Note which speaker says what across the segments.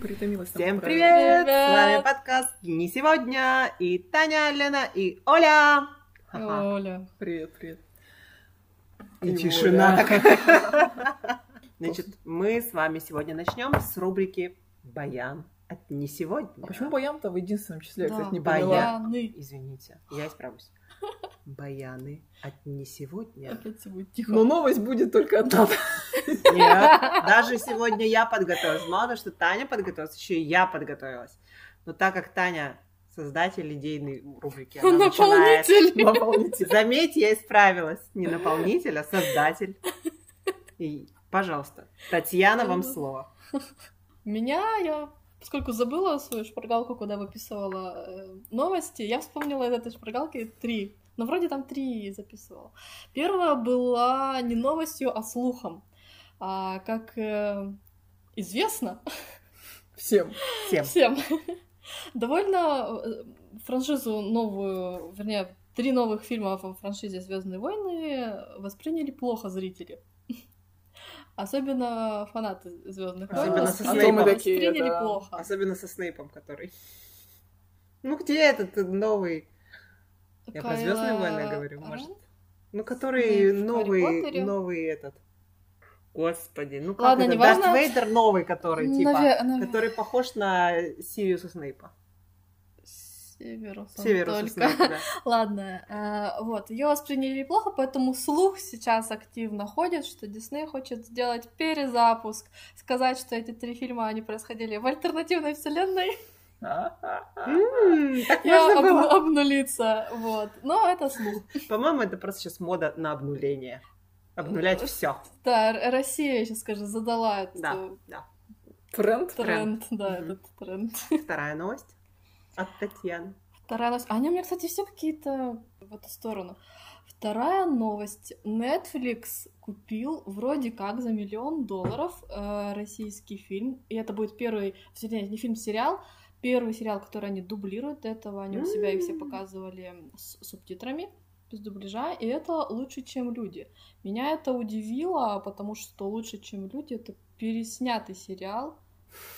Speaker 1: Притомилась. там
Speaker 2: Всем
Speaker 1: поправила.
Speaker 2: привет! С вами
Speaker 3: Привет!
Speaker 2: подкаст «Не сегодня» и Таня, Лена и Оля! Ха-ха.
Speaker 3: Оля.
Speaker 1: Привет, привет.
Speaker 2: И
Speaker 1: Оля.
Speaker 2: тишина такая. Значит, мы с вами сегодня начнем с рубрики «Баян от не сегодня».
Speaker 1: А почему баян-то в единственном числе, А я,
Speaker 3: Да,
Speaker 1: кстати, не
Speaker 2: баян.
Speaker 1: поняла?
Speaker 3: Баяны.
Speaker 2: Извините, я исправлюсь. Баяны от не сегодня.
Speaker 3: Опять всё будет тихо.
Speaker 1: Но новость будет только одна.
Speaker 2: Нет, даже сегодня я подготовилась. Мало того, что Таня подготовилась, еще и я подготовилась. Но так как Таня создатель идейной рубрики, она начинает
Speaker 3: наполнитель.
Speaker 1: Наполнитель.
Speaker 2: Заметь, я исправилась. Не наполнитель, а создатель. И, пожалуйста, Татьяна, вам слово.
Speaker 3: Меня я, поскольку забыла свою шпаргалку, куда выписывала э, новости, я вспомнила из этой шпаргалки три. Но вроде там три записывала. Первая была не новостью, а слухом. А, как э, известно,
Speaker 1: Всем.
Speaker 2: Всем.
Speaker 3: Всем. Довольно э, франшизу новую, вернее, три новых фильма во франшизе Звездные войны восприняли плохо зрители. Особенно фанаты Звездных войн.
Speaker 2: Особенно со
Speaker 3: восприняли-
Speaker 2: Снейпом.
Speaker 3: восприняли
Speaker 1: да.
Speaker 3: плохо.
Speaker 2: Особенно со Снейпом, который... Ну, где этот новый? Я про «Звёздные войны» говорю,
Speaker 3: Рен?
Speaker 2: может. Ну, который
Speaker 3: а? Снейп в «Гарри
Speaker 2: новый,
Speaker 3: Поттере».
Speaker 2: новый этот. Господи, ну как
Speaker 3: Ладно,
Speaker 2: это?
Speaker 3: неважно.
Speaker 2: Дарт Вейдер новый, который, типа,
Speaker 3: Наве- наве-
Speaker 2: который похож на Сириуса Снейпа.
Speaker 3: Северус. он
Speaker 2: Северуса
Speaker 3: только.
Speaker 2: Снейпа, да.
Speaker 3: Ладно, э, вот, ее восприняли плохо, поэтому слух сейчас активно ходит, что Дисней хочет сделать перезапуск, сказать, что эти три фильма, они происходили в альтернативной вселенной,
Speaker 2: М, Так
Speaker 3: и
Speaker 2: можно
Speaker 3: об-
Speaker 2: было.
Speaker 3: обнулиться, вот. Но это слух.
Speaker 2: По-моему, это просто сейчас мода на обнуление. Обнулять все.
Speaker 3: Да, Р- Россия, сейчас скажу, задала этот
Speaker 2: Да.
Speaker 3: э,
Speaker 1: Тренд?
Speaker 3: тренд, да,
Speaker 2: Мгм.
Speaker 3: этот тренд.
Speaker 2: Вторая новость от Татьяны.
Speaker 3: Вторая новость. А Они у меня, кстати, все какие-то в эту сторону. Вторая новость. Netflix купил вроде как за миллион долларов э, российский фильм. И это будет первый, вернее, не фильм, сериал. Первый сериал, который они дублируют. До этого они у себя их все
Speaker 2: М.
Speaker 3: показывали с субтитрами, без дубляжа. И это лучше, чем люди. Меня это удивило, потому что лучше, чем люди, это переснятый сериал.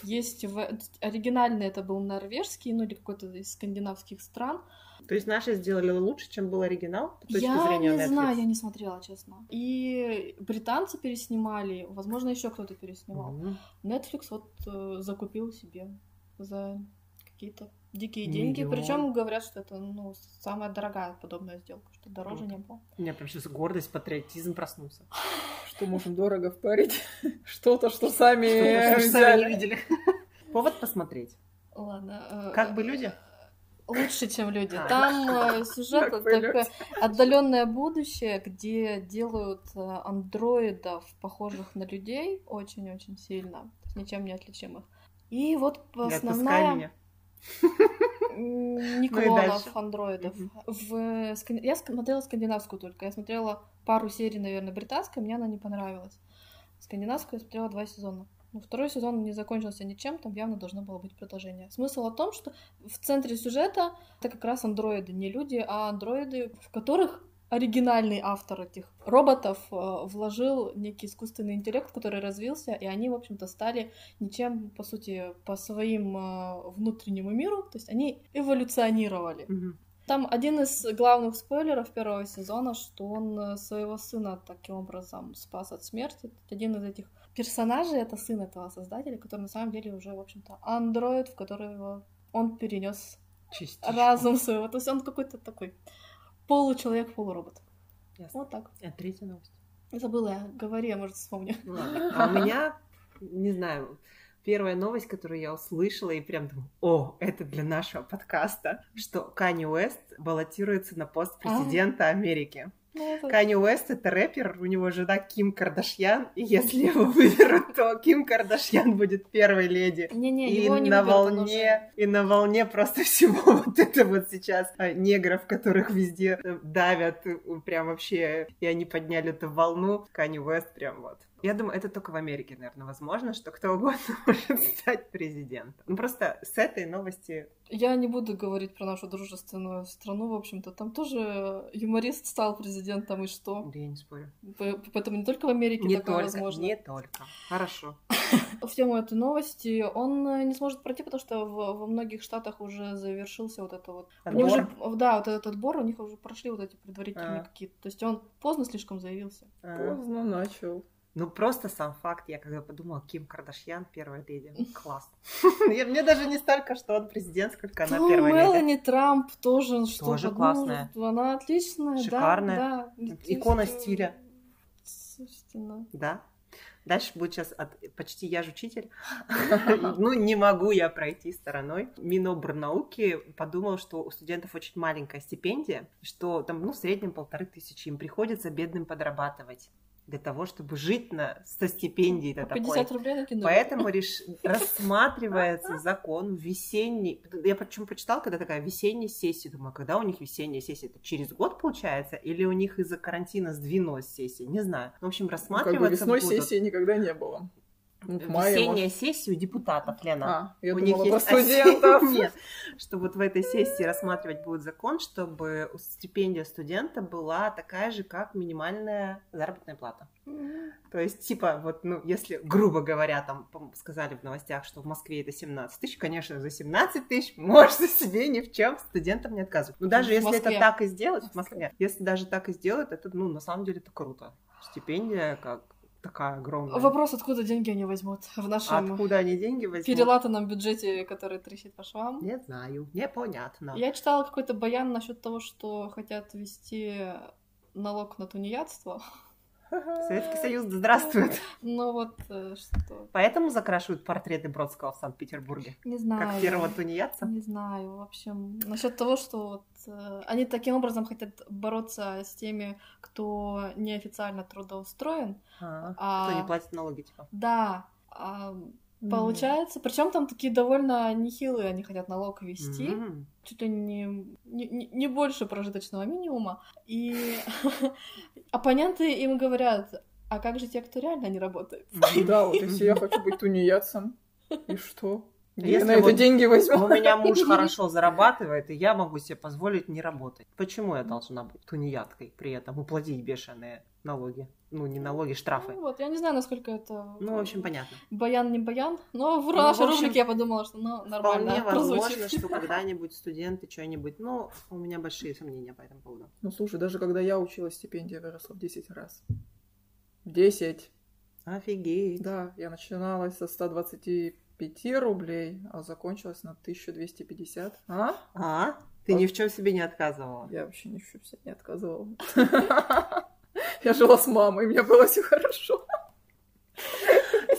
Speaker 3: Есть в... э, оригинальный это был норвежский, ну или какой-то из скандинавских стран.
Speaker 2: То есть наши сделали лучше, чем был оригинал с точки
Speaker 3: я
Speaker 2: зрения
Speaker 3: не
Speaker 2: Netflix?
Speaker 3: знаю, я не смотрела, честно. И британцы переснимали, возможно, еще кто-то переснимал.
Speaker 2: Мгм.
Speaker 3: Netflix вот э, закупил себе за какие-то дикие
Speaker 2: Миллион.
Speaker 3: деньги. Причем говорят, что это ну самая дорогая подобная сделка, что дороже
Speaker 2: Круто.
Speaker 3: не было.
Speaker 2: У меня прям сейчас гордость, патриотизм проснулся.
Speaker 1: Что можем дорого впарить? Что-то, что
Speaker 3: Э,
Speaker 1: сами
Speaker 2: Что мы сами не
Speaker 1: взяли.
Speaker 2: видели. Повод посмотреть.
Speaker 3: Ладно. э,
Speaker 2: Как бы люди?
Speaker 3: Лучше, чем люди.
Speaker 2: А.
Speaker 3: Там э, сюжет
Speaker 1: Как
Speaker 3: такое
Speaker 1: пойдёте.
Speaker 3: отдаленное будущее, где делают э, андроидов, похожих на людей, очень-очень сильно, то есть ничем не отличимых. И вот
Speaker 2: Не
Speaker 3: основная...
Speaker 2: отпускай меня.
Speaker 3: М, Не
Speaker 2: Ну и
Speaker 3: клонов
Speaker 2: дальше.
Speaker 3: андроидов.
Speaker 2: Мгм.
Speaker 3: В э, скан- Я смотрела скандинавскую только. Я смотрела пару серий, наверное, британской, мне она не понравилась. Скандинавскую я смотрела два сезона. Но второй сезон не закончился ничем, там явно должно было быть продолжение. Смысл о том, что в центре сюжета это как раз андроиды, не люди, а андроиды, в которых оригинальный автор этих роботов э, вложил некий искусственный интеллект, который развился, и они, в общем-то, стали ничем, по сути, по своим э, внутреннему миру, то есть они эволюционировали.
Speaker 2: Мгм.
Speaker 3: Там один из главных спойлеров первого сезона, что он э, своего сына таким образом спас от смерти. Один из этих персонажей это сын этого создателя, который на самом деле уже, в общем-то, андроид, в которого он перенес
Speaker 2: Частичку.
Speaker 3: разум своего. То есть он какой-то такой получеловек, полуробот.
Speaker 2: Ясно.
Speaker 3: Вот так.
Speaker 2: А третья новость.
Speaker 3: Забыла я, говори, я, может, вспомню.
Speaker 2: Ну ладно. А у меня, не знаю, первая новость, которую я услышала и прям думаю, о, это для нашего подкаста, что Канни Уэст баллотируется на пост президента Америки.
Speaker 3: Ну, это-
Speaker 2: Канни Уэст это рэпер, у него жена Ким Кардашьян, и если его выберут, то Ким Кардашьян будет первой леди.
Speaker 3: Не-не,
Speaker 2: И
Speaker 3: его не
Speaker 2: на
Speaker 3: выберут, он
Speaker 2: волне, и на волне просто всего вот это вот сейчас а, негров, которых везде э, давят, э, прям вообще, и они подняли эту волну, Канни Уэст прям вот. Я думаю, это только в Америке, наверное, возможно, что кто угодно может стать президентом. Ну, просто с этой новости...
Speaker 3: Я не буду говорить про нашу дружественную страну, в общем-то. Там тоже юморист стал президентом, и что?
Speaker 2: Да я не спорю.
Speaker 3: П- Поэтому не только в Америке
Speaker 2: Не
Speaker 3: такое
Speaker 2: только,
Speaker 3: возможно.
Speaker 2: не только. Хорошо.
Speaker 3: В тему этой новости он э, не сможет пройти, потому что в- во многих штатах уже завершился вот это вот. У них
Speaker 2: Отбор.
Speaker 3: уже, да, вот этот отбор, у них уже прошли вот эти предварительные
Speaker 2: А.
Speaker 3: какие-то. То есть он поздно слишком заявился.
Speaker 2: А.
Speaker 1: Поздно начал.
Speaker 2: Ну, просто сам факт, я когда подумала, Ким Кардашьян, первая леди, класс. Я- Мне даже не столько, что он президент, сколько она
Speaker 3: Ну,
Speaker 2: первая леди.
Speaker 3: Мелани Трамп тоже, что
Speaker 2: Тоже
Speaker 3: ну,
Speaker 2: классная.
Speaker 3: она отличная, да,
Speaker 2: Шикарная.
Speaker 3: да,
Speaker 2: Икона
Speaker 3: Естественно.
Speaker 2: стиля.
Speaker 3: Естественно.
Speaker 2: Да. Дальше будет сейчас от почти я же учитель. Ну, не могу я пройти стороной. Минобрнауки подумал, что у студентов очень маленькая стипендия, что там, ну, в среднем полторы тысячи им приходится бедным подрабатывать для того, чтобы жить на, со стипендией-то
Speaker 3: По
Speaker 2: такой.
Speaker 3: 50 рублей накинули.
Speaker 2: Поэтому реш- рассматривается закон весенний. Я почему почитала, когда такая весенняя сессия, думаю, а когда у них весенняя сессия? Это через год получается? Или у них из-за карантина сдвинулась сессия? Не знаю. В общем,
Speaker 1: Ну, Как бы
Speaker 2: рассматриваться
Speaker 1: весной
Speaker 2: будут.
Speaker 1: сессии никогда не было. Ну, в мае,
Speaker 2: Весенняя
Speaker 1: может.
Speaker 2: сессия у депутатов, Лена.
Speaker 1: А, я
Speaker 2: у
Speaker 1: думала про
Speaker 2: осен-
Speaker 1: студентов.
Speaker 2: Нет, что вот в этой сессии рассматривать будет закон, чтобы стипендия студента была такая же, как минимальная заработная плата.
Speaker 3: М.
Speaker 2: То есть, типа, вот, ну, если, грубо говоря, там пом- сказали в новостях, что в Москве это 17 тысяч, конечно, за 17 тысяч можно себе ни в чем студентам не отказывать. Ну, даже
Speaker 3: В
Speaker 2: если это
Speaker 3: Москве.
Speaker 2: так и сделать в Москве, если даже так и сделать, это, ну, на самом деле, это круто. Стипендия как такая огромная.
Speaker 3: Вопрос, откуда деньги они возьмут в
Speaker 2: А
Speaker 3: нашем
Speaker 2: Откуда они деньги возьмут?
Speaker 3: перелатанном бюджете, который трещит по швам.
Speaker 2: Не знаю, непонятно.
Speaker 3: Я читала какой-то баян насчет того, что хотят ввести налог на тунеядство.
Speaker 2: Советский Союз да здравствует.
Speaker 3: Но вот э, что...
Speaker 2: Поэтому закрашивают портреты Бродского в Санкт-Петербурге.
Speaker 3: Не знаю.
Speaker 2: Как первого тунеядца.
Speaker 3: Не знаю, в общем, насчет того, что вот э, они таким образом хотят бороться с теми, кто неофициально трудоустроен.
Speaker 2: А,
Speaker 3: А.
Speaker 2: Кто не платит налоги, типа.
Speaker 3: Да, а,
Speaker 1: М.
Speaker 3: получается, причем там такие довольно нехилые, они хотят налог вести,
Speaker 2: М.
Speaker 3: чуть ли не, не, не- не больше прожиточного минимума. И оппоненты им говорят, а как же те, кто реально не работает?
Speaker 2: Мгм.
Speaker 1: Да, вот если я хочу быть тунеядцем, и что? Где я
Speaker 2: Если
Speaker 1: на это
Speaker 2: вот-
Speaker 1: деньги возьму?
Speaker 2: У меня муж хорошо зарабатывает, и я могу себе позволить не работать. Почему я должна быть тунеядкой при этом уплатить бешеные налоги? Ну, не налоги, штрафы.
Speaker 3: Ну вот, я не знаю, насколько это...
Speaker 2: Ну, в общем, понятно.
Speaker 3: Баян не баян, но в
Speaker 2: Ну, в
Speaker 3: нашей
Speaker 2: общем,
Speaker 3: рубрике я подумала, что ну, нормально
Speaker 2: Вполне возможно,
Speaker 3: прозвучит.
Speaker 2: что когда-нибудь студенты что-нибудь... Ну, у меня большие сомнения по этому поводу.
Speaker 1: Ну, слушай, даже когда я училась, стипендия выросла в 10 раз. 10.
Speaker 2: Офигеть.
Speaker 1: Да, я начинала со 125 рублей, а закончилась на 1250. А?
Speaker 2: А? Ты ни в чем себе не отказывала.
Speaker 1: Я вообще ни в чём себе не отказывала. Я жила с мамой, мне было все хорошо.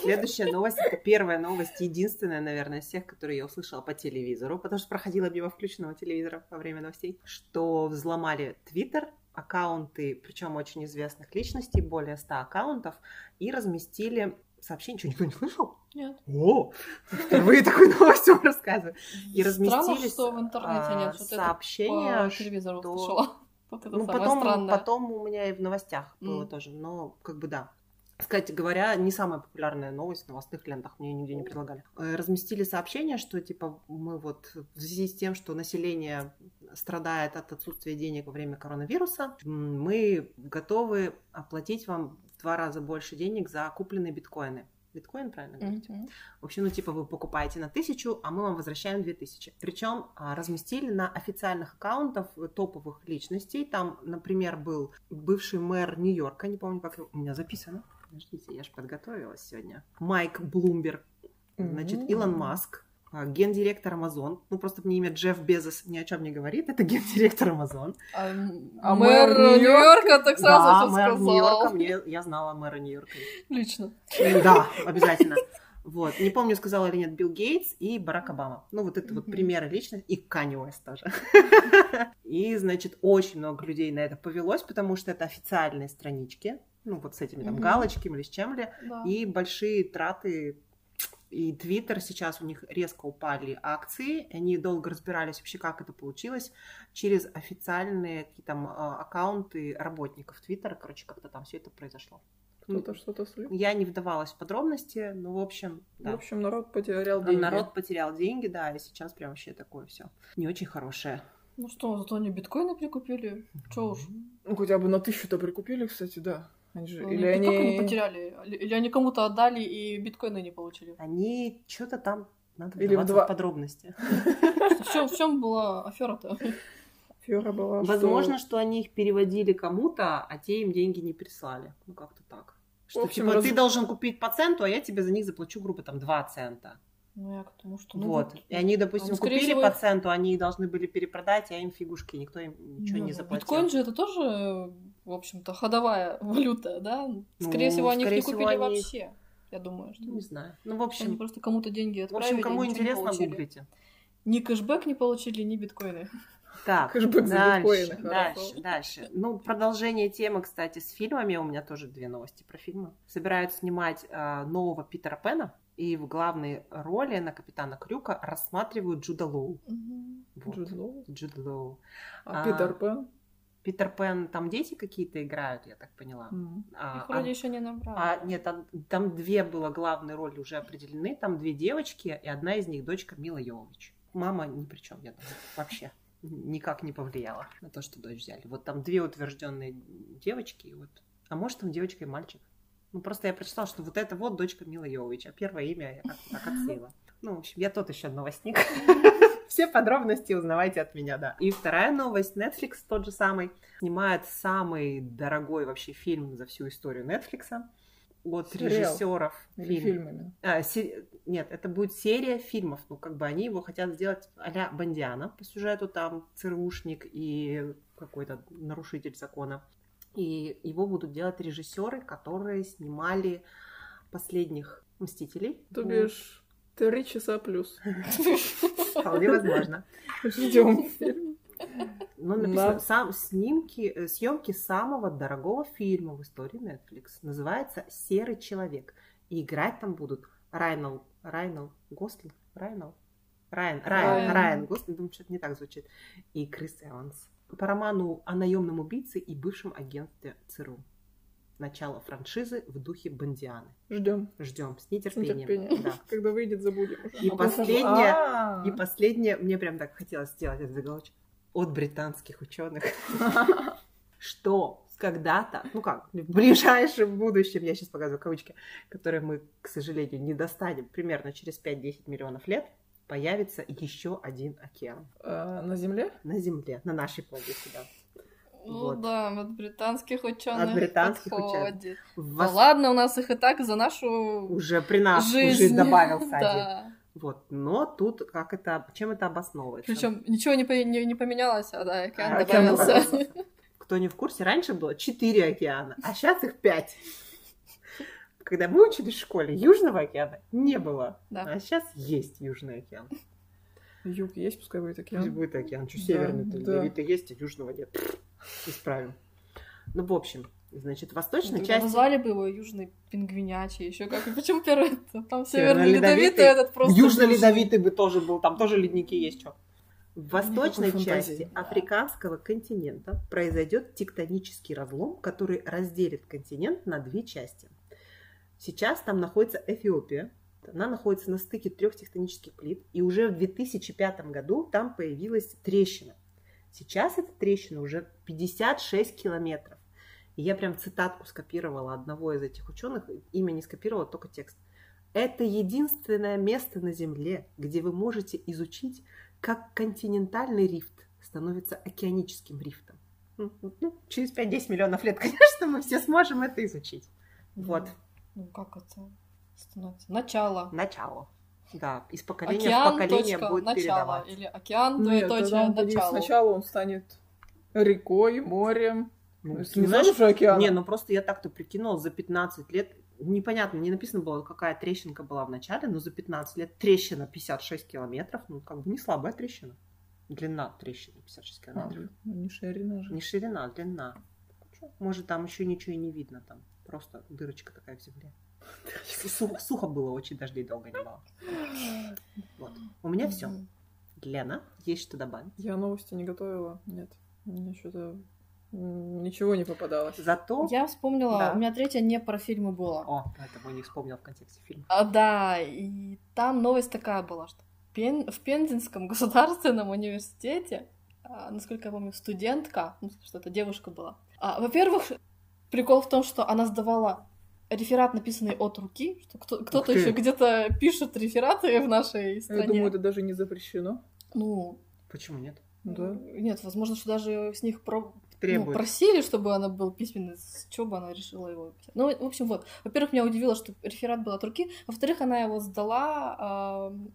Speaker 2: Следующая новость, это первая новость, единственная, наверное, из всех, которые я услышала по телевизору, потому что проходила мимо включенного телевизора во время новостей, что взломали Твиттер, аккаунты, причем очень известных личностей, более 100 аккаунтов, и разместили сообщение. Что, никто не слышал?
Speaker 3: Нет.
Speaker 2: О, впервые такую новость вам рассказываю. И
Speaker 3: Странно,
Speaker 2: разместились
Speaker 3: что в интернете
Speaker 2: а,
Speaker 3: нет. Вот это
Speaker 2: сообщения,
Speaker 3: по телевизору
Speaker 2: что-
Speaker 3: услышала. Вот это
Speaker 2: ну,
Speaker 3: самое
Speaker 2: потом,
Speaker 3: странное.
Speaker 2: потом у меня и в новостях было
Speaker 3: Мгм.
Speaker 2: тоже, но как бы да. Кстати говоря, не самая популярная новость в новостных лентах, мне её нигде не предлагали. Э, Разместили сообщение, что типа мы вот в связи с тем, что население страдает от отсутствия денег во время коронавируса, м, мы готовы оплатить вам в два раза больше денег за купленные биткоины. Биткоин, правильно говорите?
Speaker 3: Мгм.
Speaker 2: В общем, ну типа вы покупаете на тысячу, а мы вам возвращаем две тысячи. Причем а, разместили на официальных аккаунтах э, топовых личностей. Там, например, был бывший мэр Нью-Йорка, не помню, как его... У меня записано. Подождите, я же подготовилась сегодня. Майк Блумберг, значит,
Speaker 1: Мгм.
Speaker 2: Илон Маск, а, гендиректор Амазон. Ну, просто мне имя Джефф Безос ни о чем не говорит. Это гендиректор Амазон.
Speaker 3: А, м-
Speaker 1: А
Speaker 3: мэр
Speaker 1: мэр
Speaker 3: Нью-Йорка так
Speaker 2: да,
Speaker 3: сразу всё
Speaker 2: мэр Нью-Йорка.
Speaker 3: сказал.
Speaker 2: Мне, я знала мэра Нью-Йорка.
Speaker 3: Лично.
Speaker 2: Да, обязательно. Вот. Не помню, сказал или нет Билл Гейтс и Барак Обама. Ну, вот это вот
Speaker 3: Мгм.
Speaker 2: примеры лично. И Канье Уэст тоже. И, значит, очень много людей на это повелось, потому что это официальные странички. Ну, вот с этими там
Speaker 3: Мгм.
Speaker 2: галочками или с чем ли.
Speaker 3: Да.
Speaker 2: И большие траты и Твиттер сейчас у них резко упали акции, они долго разбирались вообще, как это получилось, через а, официальные какие там э, аккаунты работников Твиттера, короче, как-то там все это произошло.
Speaker 1: Кто-то что-то слил.
Speaker 2: Я не вдавалась в подробности, но в общем,
Speaker 1: Ну, В
Speaker 2: да.
Speaker 1: общем, народ потерял деньги.
Speaker 2: Народ потерял деньги, да, и сейчас прям вообще такое все. Не очень хорошее.
Speaker 3: Ну что, зато они биткоины прикупили. Че уж.
Speaker 1: Ну, хотя бы на тысячу-то прикупили, кстати, да. Они
Speaker 2: Ну,
Speaker 1: же... Или
Speaker 3: они...
Speaker 1: они...
Speaker 3: Как они потеряли? Или они кому-то отдали и биткоины не получили?
Speaker 2: Они что-то там надо
Speaker 1: Или
Speaker 2: вдаваться в
Speaker 1: вдва-
Speaker 2: подробности.
Speaker 3: В чем, была афера-то?
Speaker 1: Фёра была, что-
Speaker 2: Возможно, что они их переводили кому-то, а те им деньги не прислали. Ну, как-то так. Что,
Speaker 1: В общем,
Speaker 2: типа,
Speaker 1: раз-
Speaker 2: ты должен купить по центу, а я тебе за них заплачу, грубо, там, 2 цента.
Speaker 3: Ну, я к тому, что... ну,
Speaker 2: вот. И они, допустим,
Speaker 3: Ну, скорее
Speaker 2: купили
Speaker 3: всего,
Speaker 2: по
Speaker 3: их-
Speaker 2: центу, они должны были перепродать, а им фигушки, никто им ничего не
Speaker 3: Ну,
Speaker 2: заплатил.
Speaker 3: Биткоин же это тоже, в общем-то, ходовая валюта, да? Скорее
Speaker 2: Ну,
Speaker 3: всего, они их
Speaker 2: скорее
Speaker 3: не
Speaker 2: всего,
Speaker 3: купили
Speaker 2: они их-
Speaker 3: вообще, я думаю. Что...
Speaker 2: Ну, Не знаю. Ну, в
Speaker 3: Они
Speaker 2: общем,
Speaker 3: просто кому-то деньги
Speaker 2: в
Speaker 3: отправили.
Speaker 2: общем,
Speaker 3: и
Speaker 2: кому
Speaker 3: ничего не
Speaker 2: интересно,
Speaker 3: получили.
Speaker 2: гуглите.
Speaker 3: Ни кэшбэк не получили, ни биткоины.
Speaker 2: Так,
Speaker 1: Кэшбэк за биткоины,
Speaker 2: дальше,
Speaker 1: хорошо.
Speaker 2: дальше, дальше. Ну, продолжение темы, кстати, с фильмами. У меня тоже две новости про фильмы. Собирают снимать э, нового Питера Пэна, и в главной роли на Капитана Крюка рассматривают Джуда Лоу. Вот.
Speaker 1: Джуд Лоу.
Speaker 2: Джуд Лоу.
Speaker 1: А,
Speaker 2: А.
Speaker 1: Питер Пен?
Speaker 2: Питер Пен, там дети какие-то играют, я так поняла.
Speaker 1: М.
Speaker 2: А,
Speaker 3: Их вроде
Speaker 2: а-
Speaker 3: еще не набрали.
Speaker 2: а, нет, там, там две было главные роли уже определены. Там две девочки, и одна из них дочка Мила Йовович. Мама ни при чем, я думаю, вообще никак не повлияла на то, что дочь взяли. Вот там две утвержденные девочки, и вот. А может, там девочка и мальчик? Ну, просто я прочитала, что вот это вот дочка Мила Йовович, а первое имя я как так отсеяла. Ну, в общем, я тот еще новостник. Все подробности узнавайте от меня, да. И вторая новость. Netflix тот же самый снимает самый дорогой вообще фильм за всю историю Netflix а. от
Speaker 1: Сериал.
Speaker 2: режиссеров
Speaker 1: Или
Speaker 2: фильм.
Speaker 1: фильм именно.
Speaker 2: А, се- Нет, это будет серия фильмов. Ну, как бы они его хотят сделать а-ля Бондиана. По сюжету там ЦРУшник и какой-то нарушитель закона. И его будут делать режиссеры, которые снимали последних «Мстителей».
Speaker 1: То
Speaker 2: Ну,
Speaker 1: бишь, три часа плюс.
Speaker 2: Вполне возможно.
Speaker 1: Ждем фильм.
Speaker 2: Ну, написано,
Speaker 1: Да.
Speaker 2: сам снимки, э, съемки самого дорогого фильма в истории Netflix. Называется «Серый человек». И играть там будут Райнал, Райнал Гослинг, Райнал, Райан, Райан,
Speaker 3: Райан.
Speaker 2: Райан Гослинг, думаю, что-то не так звучит, и Крис Эванс. По роману о наемном убийце и бывшем агенте ЦРУ. Начало франшизы в духе Бондианы.
Speaker 1: Ждем.
Speaker 2: Ждем с
Speaker 1: С
Speaker 2: нетерпением.
Speaker 1: нетерпением.
Speaker 2: Да.
Speaker 1: Когда выйдет, забудем уже.
Speaker 2: И
Speaker 1: А
Speaker 2: последнее-
Speaker 1: А.
Speaker 2: И последнее, мне прям так хотелось сделать этот заголовочек от британских ученых, что когда-то, ну как, в ближайшем будущем, я сейчас показываю кавычки, которые мы, к сожалению, не достанем, примерно через 5-10 миллионов лет, появится еще один океан
Speaker 1: А, На земле?
Speaker 2: на Земле, на нашей планете, да.
Speaker 3: Ну
Speaker 2: вот.
Speaker 3: да, от британских ученых.
Speaker 2: От британских
Speaker 3: отходит.
Speaker 2: В
Speaker 3: Да
Speaker 2: Вос-
Speaker 3: ладно, у нас их и так за нашу
Speaker 2: Уже при нас уже
Speaker 3: жизнь.
Speaker 2: добавился один.
Speaker 3: Да.
Speaker 2: Вот, но тут как это, чем это обосновывается?
Speaker 3: Причем ничего не, по- не- не поменялось, а да, океан
Speaker 2: А, океан
Speaker 3: добавился.
Speaker 2: добавился. Кто не в курсе, раньше было 4 океана, а сейчас их 5. Когда мы учились в школе, Южного океана не было.
Speaker 3: Да.
Speaker 2: А сейчас есть Южный океан.
Speaker 1: Юг есть, пускай будет
Speaker 2: Пусть
Speaker 1: океан.
Speaker 2: будет океан, что
Speaker 1: Да,
Speaker 2: северный-то,
Speaker 1: да.
Speaker 2: ледовитый есть, а южного нет. Пф, Исправим. Ну, в общем, значит, восточная
Speaker 3: Да,
Speaker 2: часть...
Speaker 3: Назвали бы его Южный пингвинячий еще как. Почему первый? Там
Speaker 2: Северный
Speaker 3: Северный Ледовитый, а
Speaker 2: Ледовитый.
Speaker 3: этот просто...
Speaker 2: Южно-ледовитый бы тоже был, там тоже ледники есть что. В восточной
Speaker 1: Никакой фантазии.
Speaker 2: части африканского континента произойдет тектонический разлом, который разделит континент на две части. Сейчас там находится Эфиопия. Она находится на стыке трех тектонических плит, и уже в 2005 году там появилась трещина. Сейчас эта трещина уже 56 километров. И я прям цитатку скопировала одного из этих ученых, имя не скопировала, только текст. Это единственное место на Земле, где вы можете изучить, как континентальный рифт становится океаническим рифтом. Ну, ну, через 5-10 миллионов лет, конечно, мы все сможем это изучить. Вот,
Speaker 3: Ну как это становится? Начало.
Speaker 2: начало. Да, из поколения в
Speaker 3: Океан,
Speaker 2: поколение
Speaker 3: точка,
Speaker 2: будет
Speaker 3: начало.
Speaker 2: передаваться.
Speaker 3: Или океан,
Speaker 1: Нет, тогда
Speaker 3: двоеточие,
Speaker 1: он Ну, будет-
Speaker 3: начало.
Speaker 1: Сначала он станет рекой, морем.
Speaker 2: Ну,
Speaker 1: Если не
Speaker 2: знаешь,
Speaker 1: знаешь уже океан?
Speaker 2: Не, ну просто я так-то прикинула, за 15 лет, непонятно, не написано было, какая трещинка была в начале, но за 15 лет трещина 56 километров, ну как бы не слабая трещина. Длина трещины 56
Speaker 1: А,
Speaker 2: километров.
Speaker 1: не ширина же.
Speaker 2: Не ширина, а длина. Может, там еще ничего и не видно, там просто дырочка такая в земле. Сухо, сухо было, очень дождей долго не было. Вот. У меня все.
Speaker 3: Мгм.
Speaker 2: Лена, есть что добавить?
Speaker 1: Я новости не готовила. Нет. У меня что-то М, Ничего не попадалось.
Speaker 2: Зато...
Speaker 3: Я вспомнила,
Speaker 2: Да.
Speaker 3: у меня третья не про фильмы была.
Speaker 2: О, поэтому не вспомнил в контексте фильма.
Speaker 3: А, да, и там новость такая была, что Пен- в Пензенском государственном университете, а, насколько я помню, студентка, ну, что-то девушка была. А, во-первых, прикол в том, что она сдавала реферат, написанный от руки, что кто- кто-то
Speaker 2: ты.
Speaker 3: еще где-то пишет рефераты в нашей
Speaker 1: Я
Speaker 3: стране.
Speaker 1: думаю, это даже не запрещено.
Speaker 3: Ну,
Speaker 2: Почему нет?
Speaker 1: Да.
Speaker 3: нет, возможно, что даже с них про- ну,
Speaker 2: Требует.
Speaker 3: просили, чтобы она был письменный, с чего бы она решила его писать. Ну, в общем, вот. Во-первых, меня удивило, что реферат был от руки. Во-вторых, она его сдала, ам,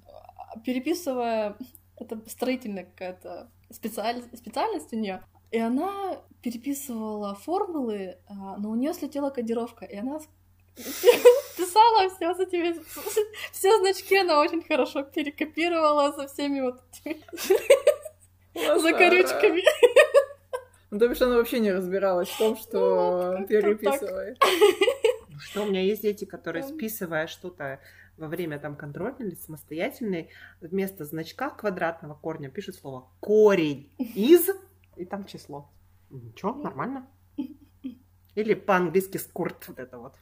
Speaker 3: переписывая... Это строительная какая-то специаль- специальность у нее. И она переписывала формулы, а, но у нее слетела кодировка, и она с- писала все с этими... Все значки она очень хорошо перекопировала со всеми вот этими закорючками.
Speaker 1: Ну, то бишь, она вообще не разбиралась в том, что
Speaker 3: Ну, как-то
Speaker 1: переписывает.
Speaker 2: Ну Что у меня есть дети, которые,
Speaker 3: Там.
Speaker 2: списывая что-то во время там контрольной или самостоятельной, вместо значка квадратного корня пишут слово корень из и там число. Ничего, нормально. Или по-английски скурт вот это вот.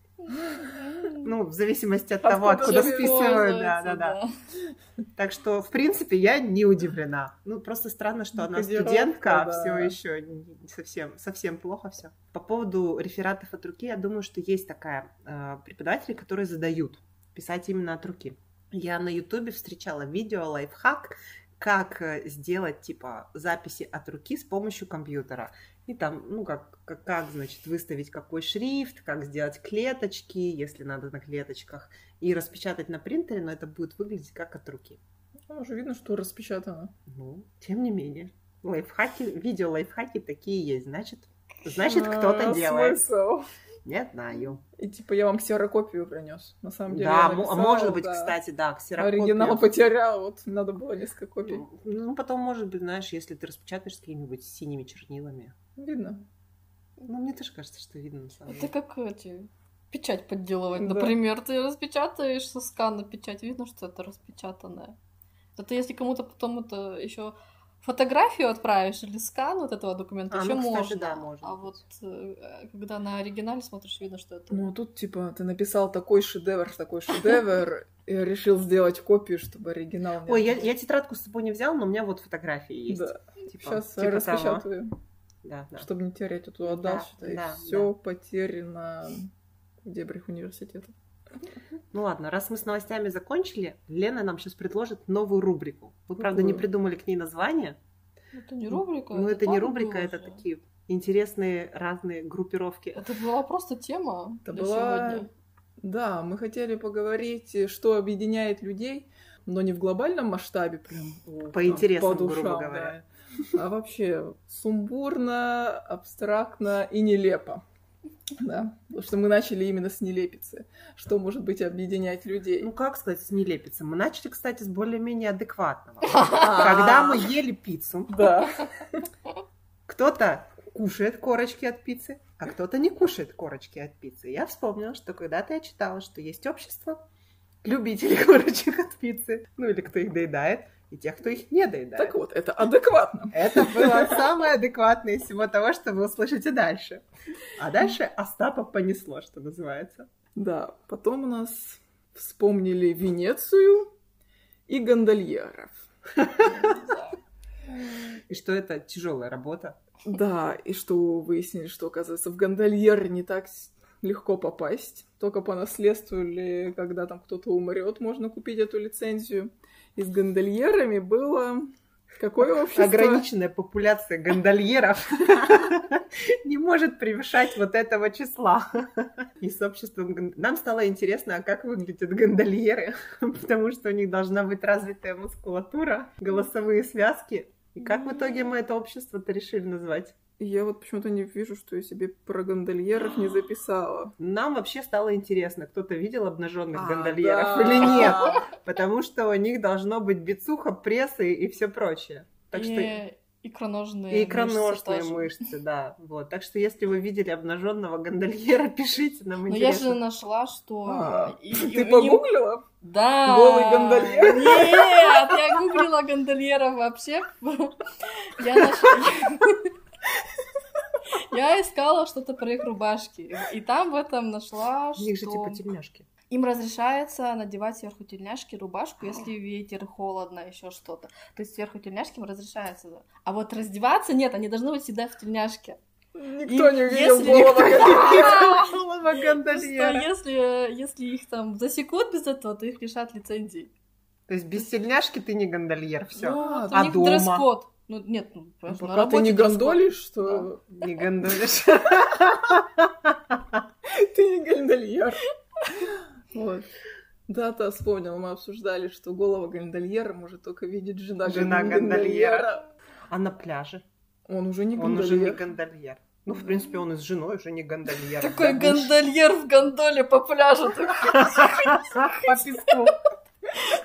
Speaker 2: Ну, в зависимости от того,
Speaker 1: Откуда
Speaker 2: откуда
Speaker 1: всё
Speaker 2: списывают. Да, да, да. Так что, в принципе, я не удивлена. Ну, просто странно, что
Speaker 1: Ну,
Speaker 2: она
Speaker 1: кодировка,
Speaker 2: студентка, а
Speaker 1: да.
Speaker 2: все еще не- совсем, совсем плохо все. По поводу рефератов от руки, я думаю, что есть такая э, преподаватели, которые задают писать именно от руки. Я на Ютубе встречала видео лайфхак, как э, сделать типа записи от руки с помощью компьютера. И там, ну, как, как, как, значит, выставить какой шрифт, как сделать клеточки, если надо на клеточках, и распечатать на принтере, но это будет выглядеть как от руки.
Speaker 1: Там Ну, уже видно, что распечатано.
Speaker 2: Ну, тем не менее. Лайфхаки, видео лайфхаки такие есть, значит. Значит, кто-то
Speaker 1: А,
Speaker 2: делает.
Speaker 1: смысл?
Speaker 2: Не знаю.
Speaker 1: И типа я вам ксерокопию принес. На самом деле.
Speaker 2: Да,
Speaker 1: я
Speaker 2: мо- а
Speaker 1: написала,
Speaker 2: может быть,
Speaker 1: да.
Speaker 2: кстати, да, ксерокопию.
Speaker 1: Оригинал потерял, вот надо было несколько копий.
Speaker 2: Ну, потом, может быть, знаешь, если ты распечатаешь с какими-нибудь синими чернилами.
Speaker 1: Видно.
Speaker 2: Ну, мне тоже кажется, что видно на самом
Speaker 3: Это
Speaker 2: деле.
Speaker 3: как эти печать подделывать,
Speaker 1: Да.
Speaker 3: например, ты распечатаешь со скана печать, видно, что это распечатанное. Зато если кому-то потом это еще фотографию отправишь или скан вот этого документа,
Speaker 2: А,
Speaker 3: еще
Speaker 2: ну, кстати,
Speaker 3: можно.
Speaker 2: да, можно
Speaker 3: А
Speaker 2: будет.
Speaker 3: вот э, когда на оригинале смотришь, видно, что это.
Speaker 1: Ну, тут, типа, ты написал такой шедевр, такой шедевр, и решил сделать копию, чтобы оригинал не
Speaker 2: Ой, я, я тетрадку с собой не взял, но у меня вот фотографии есть.
Speaker 1: Да,
Speaker 2: Типа-
Speaker 1: сейчас
Speaker 2: типа того.
Speaker 1: распечатаю,
Speaker 2: Да, да.
Speaker 1: чтобы не терять. А то отдал,
Speaker 2: Да,
Speaker 1: считай,
Speaker 2: да,
Speaker 1: все потеряно в дебрях университета.
Speaker 2: Ну ладно, раз мы с новостями закончили, Лена нам сейчас предложит новую рубрику. Вы, правда, не
Speaker 1: Какую?
Speaker 2: придумали к ней название,
Speaker 3: Это не рубрика.
Speaker 2: Ну, это не
Speaker 3: так
Speaker 2: рубрика,
Speaker 3: было
Speaker 2: это
Speaker 3: же.
Speaker 2: такие интересные разные группировки.
Speaker 3: Это была просто тема
Speaker 1: Это
Speaker 3: для
Speaker 1: была-
Speaker 3: сегодня.
Speaker 1: Да, мы хотели поговорить, э, что объединяет людей, но не в глобальном масштабе, прям о, там,
Speaker 2: интересам,
Speaker 1: по душам,
Speaker 2: грубо говоря.
Speaker 1: да. а вообще сумбурно, абстрактно и нелепо. Да, потому что мы начали именно с нелепицы, что может быть объединять людей.
Speaker 2: Ну, как сказать, с нелепицы. Мы начали, кстати, с более-менее адекватного.
Speaker 1: А,
Speaker 2: Когда мы ели пиццу,
Speaker 1: Да.
Speaker 2: кто-то кушает корочки от пиццы, а кто-то не кушает корочки от пиццы. Я вспомнила, что когда-то я читала, что есть общество любителей корочек от пиццы, ну или кто их доедает, и тех, кто их не доедает.
Speaker 1: Так вот, это адекватно.
Speaker 2: Это было самое адекватное из всего того, что вы услышите дальше. А дальше Остапа понесло, что называется.
Speaker 1: Да, потом у нас вспомнили Венецию и гондольеров.
Speaker 3: Да.
Speaker 2: И что это тяжелая работа.
Speaker 1: Да, и что выяснили, что, оказывается, в гондольер не так с- легко попасть. Только по наследству или когда там кто-то умрет, можно купить эту лицензию. И с гондольерами было... Какое общество?
Speaker 2: Ограниченная популяция гондольеров не может превышать вот этого числа. И с обществом гон- Нам стало интересно, а как выглядят гондольеры, потому что у них должна быть развитая мускулатура, голосовые связки. И как в итоге мы это общество-то решили назвать?
Speaker 1: И Я вот почему-то не вижу, что я себе про гондольеров не записала.
Speaker 2: Нам вообще стало интересно, кто-то видел обнаженных
Speaker 1: А,
Speaker 2: гондольеров
Speaker 1: да.
Speaker 2: или нет. потому что у них должно быть бицуха, прессы и все прочее. Так что
Speaker 3: И икроножные
Speaker 2: и икроножные
Speaker 3: Э, тоже.
Speaker 2: мышцы, да, вот. Так что если вы видели обнаженного гондольера, пишите нам
Speaker 3: Но Ну, я же
Speaker 2: интересно.
Speaker 3: нашла, что...
Speaker 1: А,
Speaker 3: и- и-
Speaker 1: Ты
Speaker 3: и-
Speaker 1: погуглила?
Speaker 3: Да!
Speaker 1: Голый гондольер?
Speaker 3: Нет! Я гуглила гондольера вообще. Я нашла... Я искала что-то про их рубашки. И там в этом нашла,
Speaker 2: У них же
Speaker 3: что
Speaker 2: типа тельняшки.
Speaker 3: им разрешается надевать сверху тельняшки рубашку, если ветер, холодно, еще что-то. То есть сверху тельняшки им разрешается. А вот раздеваться нет, они должны быть всегда в тельняшке.
Speaker 1: Никто
Speaker 3: И
Speaker 1: не увидел
Speaker 3: если
Speaker 1: голова
Speaker 3: никто-
Speaker 1: голова
Speaker 3: Просто
Speaker 1: гондольера.
Speaker 3: если, если их там засекут без этого, то их лишат лицензии.
Speaker 2: То есть без тельняшки ты не гондольер, все.
Speaker 3: Ну, вот,
Speaker 2: А
Speaker 3: у них
Speaker 2: дома?
Speaker 3: дресс-код. Ну, нет, ну,
Speaker 1: Ну,
Speaker 3: просто на
Speaker 1: Пока ты
Speaker 3: работе
Speaker 1: не
Speaker 3: дресс-код.
Speaker 1: гондолишь, то
Speaker 2: Не гондольешь.
Speaker 1: ты не гондольер. Вот. Да-да, вспомнил, мы обсуждали, что голова гондольера может только видеть жена,
Speaker 2: Жена
Speaker 1: гон-
Speaker 2: гондольера. А на пляже?
Speaker 1: Он уже не
Speaker 2: Он уже не
Speaker 1: гондольер.
Speaker 2: гондольер. Ну, в принципе, он и с женой уже не гондольер. Да,
Speaker 3: Такой
Speaker 2: ну муж.
Speaker 3: гондольер в гондоле по пляжу.
Speaker 2: По песку.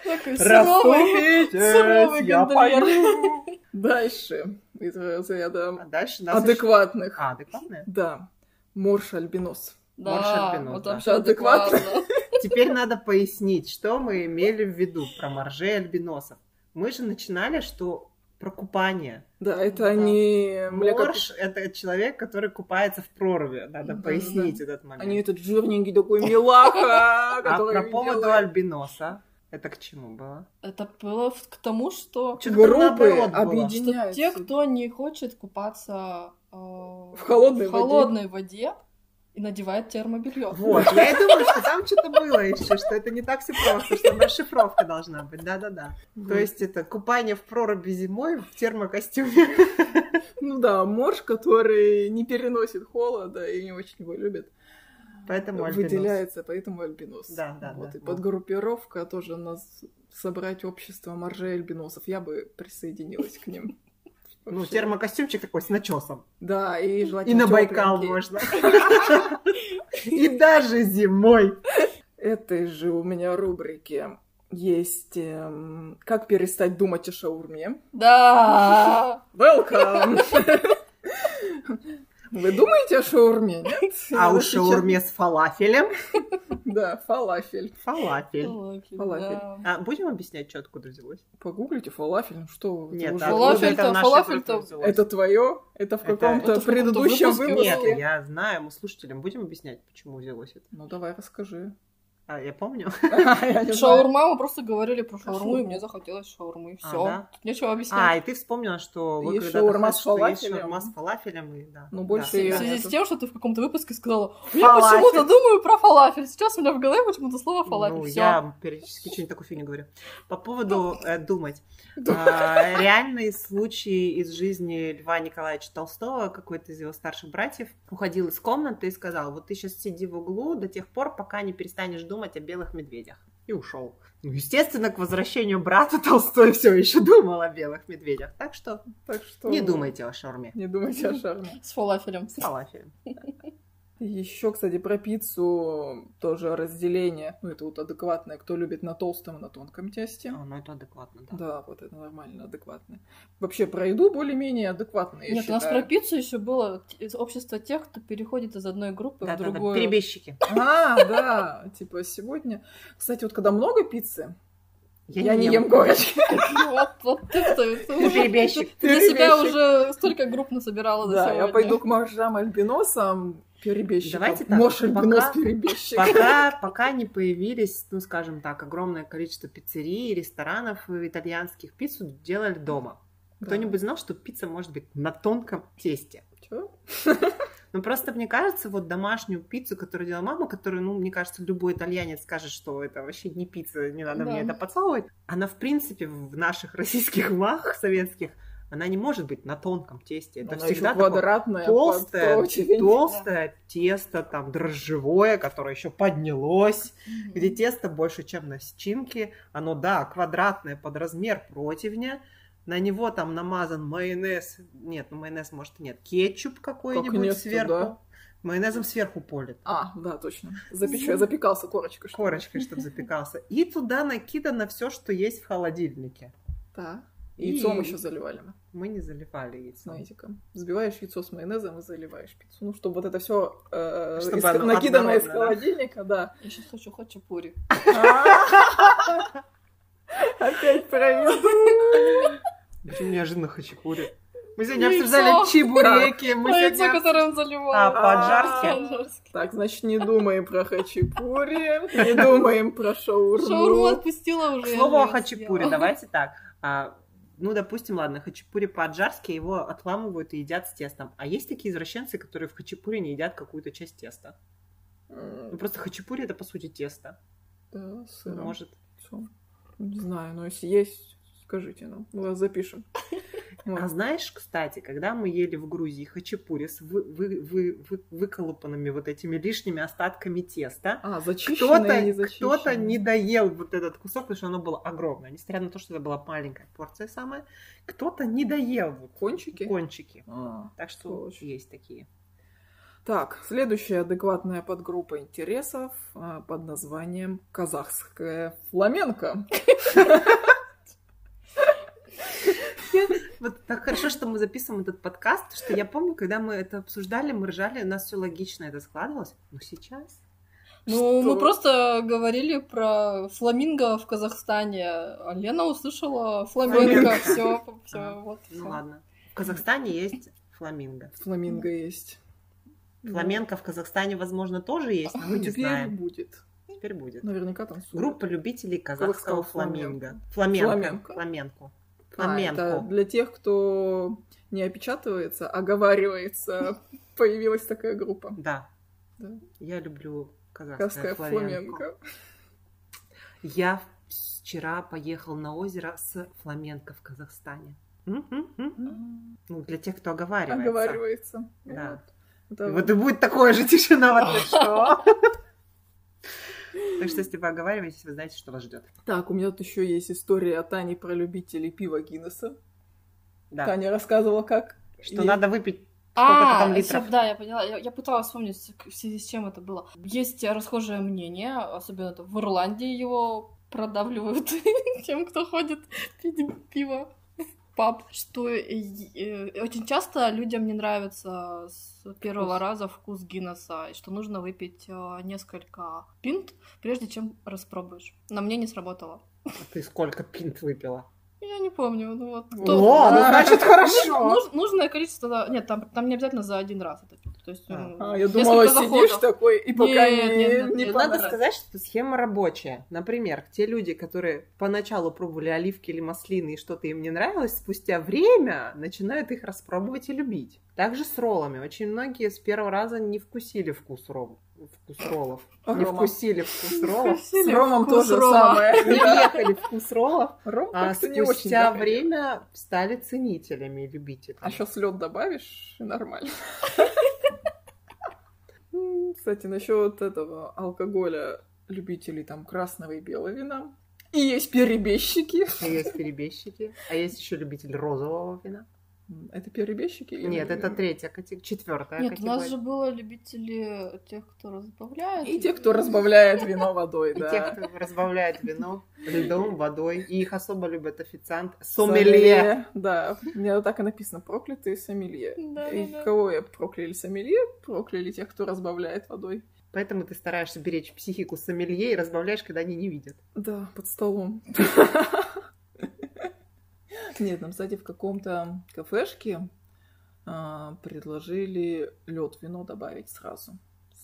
Speaker 3: Такой суровый.
Speaker 2: Рассыпитесь,
Speaker 3: суровый
Speaker 2: я
Speaker 3: гондольер.
Speaker 2: пою.
Speaker 1: Дальше из заряда
Speaker 2: А дальше нас... еще-
Speaker 1: адекватных.
Speaker 2: А, адекватная?
Speaker 1: Да. Морж альбинос.
Speaker 2: Морж
Speaker 3: Да,
Speaker 2: Альбинос,
Speaker 3: вот
Speaker 2: да.
Speaker 3: вообще
Speaker 1: Адекватно.
Speaker 3: адекватно.
Speaker 2: Теперь надо пояснить, что мы имели в виду про моржей и альбиносов. Мы же начинали, что про купание.
Speaker 1: Да, это
Speaker 3: Да.
Speaker 1: они... млекопит-
Speaker 2: Морж — это человек, который купается в проруби. Надо
Speaker 1: Да,
Speaker 2: пояснить этот момент.
Speaker 1: Они этот жирненький такой милаха,
Speaker 2: А
Speaker 1: который
Speaker 2: про поводу
Speaker 1: делает-
Speaker 2: альбиноса, это к чему было?
Speaker 3: Это было в- к тому, что
Speaker 2: Чё-то там
Speaker 1: группы
Speaker 2: наоборот было.
Speaker 3: что
Speaker 1: объединяются.
Speaker 3: те, кто не хочет купаться э, в
Speaker 1: холодной воде.
Speaker 3: холодной воде, и надевает термобелье.
Speaker 2: Вот, я и думаю, что там что-то было еще, что это не так все просто, что там расшифровка должна быть, да-да-да. То есть это купание в проруби зимой в термокостюме.
Speaker 1: Ну да, морж, который не переносит холода и не очень его любит,
Speaker 2: Поэтому альбинос.
Speaker 1: выделяется, поэтому альбинос.
Speaker 2: Да, да,
Speaker 1: вот,
Speaker 2: да,
Speaker 1: И
Speaker 2: вот.
Speaker 1: подгруппировка тоже нас собрать общество моржей альбиносов. Я бы присоединилась к ним.
Speaker 2: Ну,
Speaker 1: Вообще. А
Speaker 2: термокостюмчик такой с начесом.
Speaker 1: Да, и
Speaker 2: И
Speaker 1: желательно
Speaker 2: на Байкал
Speaker 1: тёпленький.
Speaker 2: можно. И даже зимой.
Speaker 1: Этой же у меня рубрике есть эм, «Как перестать думать о шаурме».
Speaker 3: Да!
Speaker 1: Welcome! Вы думаете о шаурме? Нет?
Speaker 2: А
Speaker 1: Надо
Speaker 2: у
Speaker 1: сейчас-
Speaker 2: шаурме с фалафелем.
Speaker 1: Да, фалафель.
Speaker 2: Фалафель.
Speaker 3: Фалафель,
Speaker 1: Фалафель.
Speaker 3: да.
Speaker 2: А будем объяснять, что откуда взялось?
Speaker 1: Погуглите фалафель, ну что вы? это
Speaker 2: Нет, а
Speaker 1: уже-
Speaker 2: откуда
Speaker 3: Фалафель-то,
Speaker 2: это в нашей
Speaker 3: фалафель-то-
Speaker 2: группе взялось?
Speaker 1: Это твое? Это в
Speaker 2: Это-
Speaker 1: каком-то
Speaker 3: Это в каком-то
Speaker 1: предыдущем
Speaker 3: выпуске
Speaker 1: выпуске?
Speaker 2: Нет,
Speaker 3: Выпуске.
Speaker 2: я знаю, мы слушателям будем объяснять, почему взялось это.
Speaker 1: Ну давай расскажи.
Speaker 2: А, я помню.
Speaker 1: Я не знаю.
Speaker 3: Шаурма, мы просто говорили про шаурму, и
Speaker 1: шаурму.
Speaker 3: мне захотелось шаурмы.
Speaker 2: А,
Speaker 3: Все.
Speaker 2: да?
Speaker 3: Нечего
Speaker 2: А,
Speaker 3: объяснять.
Speaker 2: и ты вспомнила, что вы
Speaker 1: Есть
Speaker 2: когда
Speaker 1: шаурма
Speaker 2: доказали,
Speaker 1: с
Speaker 2: что есть
Speaker 1: фалафелем.
Speaker 2: шаурма с фалафелем, и да.
Speaker 1: Ну, больше
Speaker 2: Да.
Speaker 3: в
Speaker 1: я-
Speaker 3: связи с
Speaker 1: это-
Speaker 3: тем, что ты в каком-то выпуске сказала, я
Speaker 2: Фалафель».
Speaker 3: почему-то думаю про фалафель. Сейчас у меня в голове почему-то слово фалафель.
Speaker 2: Ну,
Speaker 3: Всё.
Speaker 2: я периодически что-нибудь такую фигню говорю. По поводу э, думать.
Speaker 1: Да.
Speaker 2: А, Реальный случай из жизни Льва Николаевича Толстого, какой-то из его старших братьев, уходил из комнаты и сказал, вот ты сейчас сиди в углу до тех пор, пока не перестанешь думать о белых медведях. И ушел. Ну, естественно, к возвращению брата Толстой все еще думал о белых медведях. Так что
Speaker 1: Так что...
Speaker 2: не думайте о шаурме.
Speaker 1: Не думайте о шаурме.
Speaker 3: С фалафелем.
Speaker 2: С фалафелем.
Speaker 1: Еще, кстати, про пиццу тоже разделение. Ну, это вот адекватное, кто любит на толстом и на тонком тесте.
Speaker 2: А, Ну, это адекватно, да.
Speaker 1: Да, вот это нормально, адекватно. Вообще про еду более-менее адекватно, я
Speaker 3: Нет, у нас про
Speaker 1: считаю.
Speaker 3: пиццу еще было т- общество тех, кто переходит из одной группы в
Speaker 2: Да-да-да,
Speaker 3: другую.
Speaker 2: перебежчики.
Speaker 1: А, да, типа сегодня... Кстати, вот когда много пиццы, я, не ем горечь.
Speaker 3: Ну, Вот, вот ты, ты, ты
Speaker 2: Ты
Speaker 3: уже-
Speaker 2: перебежчик.
Speaker 3: ты для себя уже столько групп насобирала за
Speaker 1: Да,
Speaker 3: сегодня.
Speaker 1: я пойду к моржам альбиносам перебежчикам.
Speaker 2: Давайте так,
Speaker 1: Морж альбинос
Speaker 2: пока-
Speaker 1: перебежчик.
Speaker 2: Пока, пока не появились, ну, скажем так, огромное количество пиццерий, ресторанов и итальянских пиццу делали дома.
Speaker 1: Да.
Speaker 2: Кто-нибудь знал, что пицца может быть на тонком тесте?
Speaker 1: Чё?
Speaker 2: Ну, просто, мне кажется, вот домашнюю пиццу, которую делала мама, которую, ну, мне кажется, любой итальянец скажет, что это вообще не пицца, не надо
Speaker 3: Да.
Speaker 2: мне это подсовывать. Она, в принципе, в наших российских махах советских, она не может быть на тонком тесте. Это
Speaker 1: Она
Speaker 2: всегда
Speaker 1: ещё
Speaker 2: такое
Speaker 1: квадратная,
Speaker 2: толстое,
Speaker 1: подкручивание.
Speaker 2: толстое тесто, там, дрожжевое, которое еще поднялось,
Speaker 3: Мгм.
Speaker 2: где тесто больше, чем начинки. Оно, да, квадратное под размер противня, на него там намазан майонез, нет, ну майонез, может, и нет, кетчуп какой-нибудь
Speaker 1: нет-то,
Speaker 2: сверху.
Speaker 1: да.
Speaker 2: Майонезом сверху полит.
Speaker 1: А, да, точно. Запеч-
Speaker 2: Ну,
Speaker 1: я запекался корочкой. что ли?
Speaker 2: Корочкой, чтобы запекался. И туда накидано все, что есть в холодильнике.
Speaker 1: Да.
Speaker 2: И-
Speaker 1: Яйцом еще заливали мы,
Speaker 2: Мы не заливали яйцо.
Speaker 1: знаете как. Взбиваешь яйцо с майонезом и заливаешь пиццу. Ну, чтобы вот это все
Speaker 2: Чтобы оно
Speaker 1: накиданное из
Speaker 2: одновременно, да.
Speaker 1: холодильника, да.
Speaker 3: Я сейчас хочу хачапури.
Speaker 1: Опять провел.
Speaker 2: Почему неожиданно хачапури? Мы сегодня
Speaker 3: Яйцо.
Speaker 2: обсуждали чебуреки,
Speaker 1: А
Speaker 2: мы
Speaker 3: Про яйцо,
Speaker 2: сегодня...
Speaker 3: которое он заливал.
Speaker 2: А,
Speaker 1: по-аджарски?
Speaker 3: По-аджарски.
Speaker 1: Так, значит, не думаем про хачапури, не думаем про шаурму.
Speaker 3: Шаурму отпустила уже.
Speaker 2: К
Speaker 3: я
Speaker 2: слову о
Speaker 3: её
Speaker 2: хачапуре,
Speaker 3: съела.
Speaker 2: давайте так. А, ну, допустим, ладно, хачапури по-аджарски его отламывают и едят с тестом. А есть такие извращенцы, которые в хачапуре не едят какую-то часть теста. Ну,
Speaker 1: М,
Speaker 2: просто хачапури это, по сути, тесто.
Speaker 1: Да, с сыром.
Speaker 2: Может.
Speaker 1: Всё. Не знаю, но если есть, скажите нам. Мы вас запишем. Вот.
Speaker 2: А знаешь, кстати, когда мы ели в Грузии хачапури с вы, вы- вы- вы- выколопанными вот этими лишними остатками теста,
Speaker 1: А,
Speaker 2: кто-то,
Speaker 1: зачищенное и незачищенное.
Speaker 2: кто-то не доел вот этот кусок, потому что оно было огромное. Несмотря на то, что это была маленькая порция самая, кто-то не доел вот
Speaker 1: Кончики?
Speaker 2: кончики.
Speaker 1: А.
Speaker 2: Так что
Speaker 1: Сволочь.
Speaker 2: есть такие.
Speaker 1: Так, следующая адекватная подгруппа интересов а, под названием казахская фламенко.
Speaker 2: Вот так хорошо, что мы записываем этот подкаст, потому что я помню, когда мы это обсуждали, мы ржали, у нас все логично это складывалось. Но сейчас...
Speaker 3: Ну,
Speaker 1: Что?
Speaker 3: мы просто говорили про фламинго в Казахстане. а Лена услышала фламинго.
Speaker 1: Фламинго.
Speaker 3: Все, все,
Speaker 2: А,
Speaker 3: вот.
Speaker 2: Ну
Speaker 3: всё.
Speaker 2: ладно. В Казахстане есть фламинго.
Speaker 1: Фламинго есть.
Speaker 2: Фламенко в Казахстане, возможно, тоже есть, но мы
Speaker 1: Ну,
Speaker 2: не
Speaker 1: теперь
Speaker 2: знаем.
Speaker 1: будет.
Speaker 2: Теперь будет.
Speaker 1: Наверняка там супер.
Speaker 2: Группа любителей
Speaker 1: Казахского
Speaker 2: казахского фламинго.
Speaker 1: Фламенко.
Speaker 2: Фламенко. Фламенко.
Speaker 1: А, это
Speaker 2: Фламенко.
Speaker 1: для тех, кто не опечатывается, а оговаривается, появилась такая группа.
Speaker 2: Да.
Speaker 1: Да.
Speaker 2: Я люблю казахское
Speaker 1: Казахская
Speaker 2: фламенко.
Speaker 1: фламенко.
Speaker 2: Я вчера поехал на озеро с фламенко в Казахстане. М-м-м. Ну, для тех, кто оговаривается.
Speaker 1: Оговаривается.
Speaker 2: Да.
Speaker 1: Вот.
Speaker 2: И
Speaker 1: Это
Speaker 2: Вот и будет такое же тишина в ответ. Что? Так что, если вы оговариваетесь, вы знаете, что вас ждет.
Speaker 1: Так, у меня тут еще есть история о Тане про любителей пива Гиннесса.
Speaker 2: Да.
Speaker 1: Таня рассказывала, как.
Speaker 2: Что
Speaker 1: ей-
Speaker 2: надо выпить сколько-то
Speaker 3: А,
Speaker 2: там литров.
Speaker 3: всё, да, я поняла. Я, я пыталась вспомнить, в связи с чем это было. Есть расхожее мнение, особенно это в Ирландии его продавливают тем, кто ходит пить пиво в паб, что э, э, очень часто людям не нравится с первого
Speaker 2: Вкус.
Speaker 3: раза вкус Гиннесса, и что нужно выпить э, несколько пинт, прежде чем распробуешь. На мне не сработало.
Speaker 2: А Ты сколько пинт выпила?
Speaker 3: Я не помню, ну вот.
Speaker 1: О,
Speaker 2: О,
Speaker 3: кто-
Speaker 2: ну
Speaker 1: Да.
Speaker 2: значит хорошо.
Speaker 3: Нуж- нужное количество, да. нет, там, там не обязательно за один раз это пить. То есть,
Speaker 2: А.
Speaker 3: м,
Speaker 1: А, я
Speaker 3: несколько
Speaker 1: думала,
Speaker 3: заходов.
Speaker 1: сидишь такой, и пока
Speaker 3: Нет,
Speaker 1: не,
Speaker 3: нет, нет,
Speaker 1: не
Speaker 3: нет,
Speaker 2: Надо
Speaker 1: понравится.
Speaker 2: сказать, что схема рабочая. Например, те люди, которые поначалу пробовали оливки или маслины и что-то им не нравилось, спустя время начинают их распробовать и любить. Также с роллами. Очень многие с первого раза не вкусили вкус, ролл, вкус роллов. Не
Speaker 1: Рома.
Speaker 2: вкусили вкус роллов.
Speaker 1: С Ромом
Speaker 3: Вкус
Speaker 1: тоже
Speaker 3: Рома.
Speaker 1: самое.
Speaker 2: Не въехали в вкус роллов,
Speaker 1: Ром
Speaker 2: а
Speaker 1: как-то не очень.
Speaker 2: спустя
Speaker 1: заходил.
Speaker 2: время стали ценителями и любителями.
Speaker 1: А сейчас лед добавишь, и нормально. М, Кстати, насчет этого алкоголя любителей там красного и белого вина. И есть перебежчики.
Speaker 2: А есть перебежчики, а есть еще любитель розового вина.
Speaker 1: М, Это перебежчики? или-
Speaker 2: Нет, это третья категория, четвертая
Speaker 3: Нет, у
Speaker 2: категория.
Speaker 3: нас же было любители тех, кто разбавляет.
Speaker 1: И те, кто разбавляет вино водой,
Speaker 2: И те,
Speaker 1: да.
Speaker 2: кто разбавляет вино льдом, водой. И их особо любят официант. Сомелье.
Speaker 1: Сомелье, Да, у меня так и написано, проклятые сомелье.
Speaker 3: Да,
Speaker 1: И
Speaker 3: да, да.
Speaker 1: кого я прокляли сомелье, прокляли тех, кто разбавляет водой.
Speaker 2: Поэтому ты стараешься беречь психику сомелье и разбавляешь, когда они не видят.
Speaker 1: Да, под столом. Нет, нам, кстати, в каком-то кафешке а, предложили лед вино добавить сразу.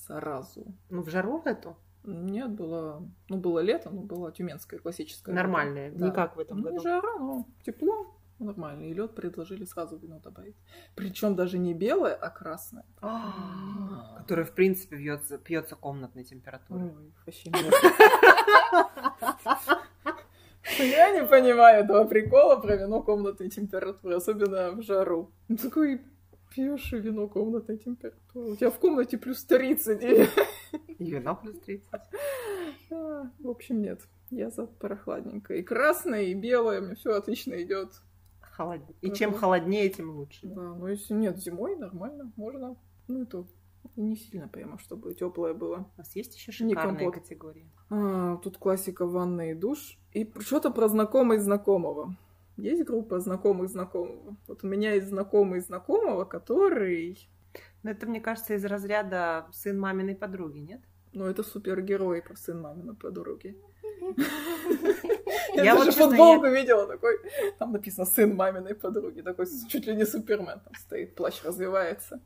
Speaker 1: Сразу.
Speaker 2: Ну, в жару эту
Speaker 1: Нет, было... Ну, было лето, но было тюменское классическое. лето.
Speaker 2: нормальная.
Speaker 1: Да.
Speaker 2: Не как в этом
Speaker 1: Ну, не
Speaker 2: году.
Speaker 1: жара, но тепло. Нормально. И лед предложили сразу вино добавить. Причем даже не белое, а красное.
Speaker 2: А, Который, в принципе, вьется- пьется комнатной температурой.
Speaker 1: Ой, вообще нет. Я не понимаю этого прикола про вино комнатной температуры, особенно в жару. Ну, Такой пьешь и вино комнатной температуры. У тебя в комнате плюс 30. и-
Speaker 2: И вино плюс 30.
Speaker 1: А, В общем, нет. Я за прохладненькое. И красное, и белое, мне все отлично идет.
Speaker 2: Холоднее. И чем
Speaker 1: Мгм.
Speaker 2: холоднее, тем лучше.
Speaker 1: Да, ну если нет, зимой нормально, можно. Ну и то. Не сильно прямо, чтобы теплое было.
Speaker 2: У нас есть еще
Speaker 1: Не
Speaker 2: шикарные
Speaker 1: компот.
Speaker 2: категории.
Speaker 1: А, тут классика ванна и душ. И что-то про знакомый знакомого. Есть группа знакомых знакомого? Вот у меня есть знакомый знакомого, который...
Speaker 2: Но это, мне кажется, из разряда сын маминой подруги, нет?
Speaker 1: Ну, это супергерой про сын маминой подруги. Я,
Speaker 2: Я вот,
Speaker 1: даже
Speaker 2: честно,
Speaker 1: футболку видела такой. Там написано «сын маминой подруги». Такой чуть ли не Супермен там стоит, плащ развивается.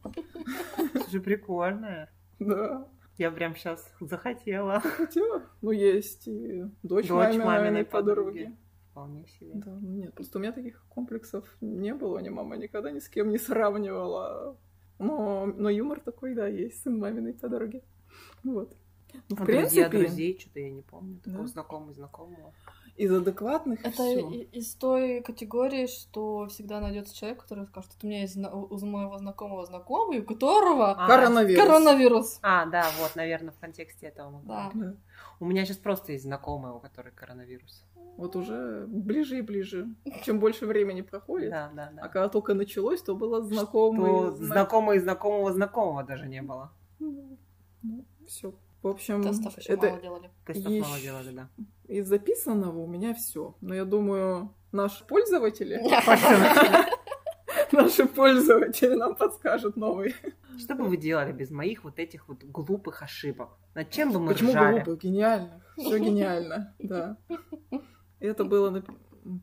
Speaker 2: Это же прикольно.
Speaker 1: Да.
Speaker 2: Я прям сейчас захотела.
Speaker 1: Хотя, ну, есть и дочь,
Speaker 2: Дочь
Speaker 1: маминой,
Speaker 2: маминой
Speaker 1: подруги.
Speaker 2: подруги. Вполне себе.
Speaker 1: Да, ну нет, просто у меня таких комплексов не было. Ни мама никогда ни с кем не сравнивала. Но, но юмор такой, да, есть, сын маминой подруги. Вот. Ну, в
Speaker 2: А
Speaker 1: принципе,
Speaker 2: друзья друзей, что-то я не помню. Такого
Speaker 1: Да.
Speaker 2: знакомого знакомого.
Speaker 1: из адекватных
Speaker 3: Это
Speaker 1: всё.
Speaker 3: и- из той категории, что всегда найдется человек, который скажет, «Вот у меня есть зна- у у моего знакомого знакомый, у которого
Speaker 2: А,
Speaker 1: Коронавирус.
Speaker 3: коронавирус.
Speaker 2: А, да, вот, наверное, в контексте этого могла.
Speaker 3: Да.
Speaker 1: Да.
Speaker 2: У меня сейчас просто есть знакомая, у которой коронавирус.
Speaker 1: Вот уже ближе и ближе. Чем больше времени проходит.
Speaker 2: Да, да,
Speaker 1: А
Speaker 2: да.
Speaker 1: когда только началось, то было
Speaker 2: То
Speaker 1: знакомый.
Speaker 2: знакомые знакомого знакомого даже не было.
Speaker 1: все. ну, В общем,
Speaker 3: Тестов еще
Speaker 1: это
Speaker 3: мало делали.
Speaker 2: Тестов
Speaker 1: Ещё-
Speaker 2: мало делали, да.
Speaker 1: из записанного у меня все. Но я думаю, наши пользователи, наши пользователи нам подскажут новые.
Speaker 2: Что бы вы делали без моих вот этих вот глупых ошибок? Над чем бы мы
Speaker 1: Почему
Speaker 2: ржали?
Speaker 1: глупых? Гениальных. Все гениально, да. Это было нап-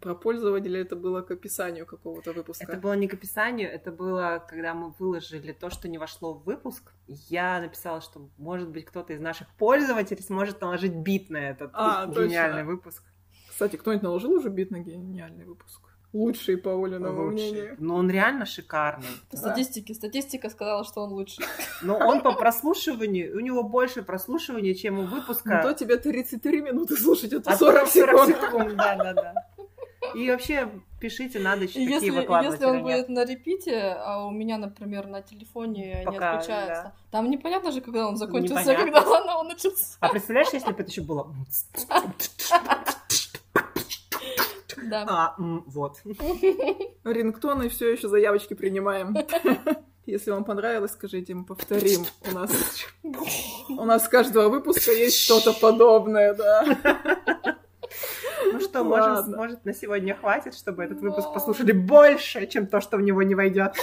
Speaker 1: про пользователя, это было к описанию какого-то выпуска.
Speaker 2: Это было не к описанию, это было, когда мы выложили то, что не вошло в выпуск. Я написала, что, может быть, кто-то из наших пользователей сможет наложить бит на этот
Speaker 1: А, точно.
Speaker 2: гениальный выпуск.
Speaker 1: Кстати, кто-нибудь наложил уже бит на гениальный выпуск? Лучший, по Олиному
Speaker 2: Лучший.
Speaker 1: мнению.
Speaker 2: Но Ну, он реально шикарный.
Speaker 3: По статистике. Статистика сказала, что он лучше.
Speaker 2: Но он по прослушиванию, у него больше прослушивания, чем у
Speaker 1: Ну, то
Speaker 2: выпуска.
Speaker 1: тебе 33 минуты слушать, это
Speaker 2: А
Speaker 1: 40
Speaker 2: то 40
Speaker 1: секунд.
Speaker 2: секунд, Да, да, да. И вообще пишите, надо еще
Speaker 3: И
Speaker 2: такие
Speaker 3: если,
Speaker 2: выкладывать
Speaker 3: если он
Speaker 2: или нет.
Speaker 3: будет на репите, а у меня, например, на телефоне
Speaker 2: Пока,
Speaker 3: не отключается, там непонятно же, когда он закончился,
Speaker 2: Непонятно.
Speaker 3: когда он, он начался.
Speaker 2: А представляешь, если бы это еще было...
Speaker 3: Да.
Speaker 2: А, м, вот.
Speaker 1: Рингтоны все еще заявочки принимаем. Если вам понравилось, скажите, мы повторим. У нас, у нас с каждого выпуска есть что-то подобное, да.
Speaker 2: Ну что, может,
Speaker 1: Ладно.
Speaker 2: может, на сегодня хватит, чтобы этот выпуск
Speaker 3: Да.
Speaker 2: послушали больше, чем то, что в него не войдет.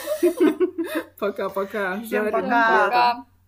Speaker 1: Пока-пока.
Speaker 2: Всем
Speaker 1: Жарим
Speaker 2: пока.
Speaker 1: лето.
Speaker 3: Пока.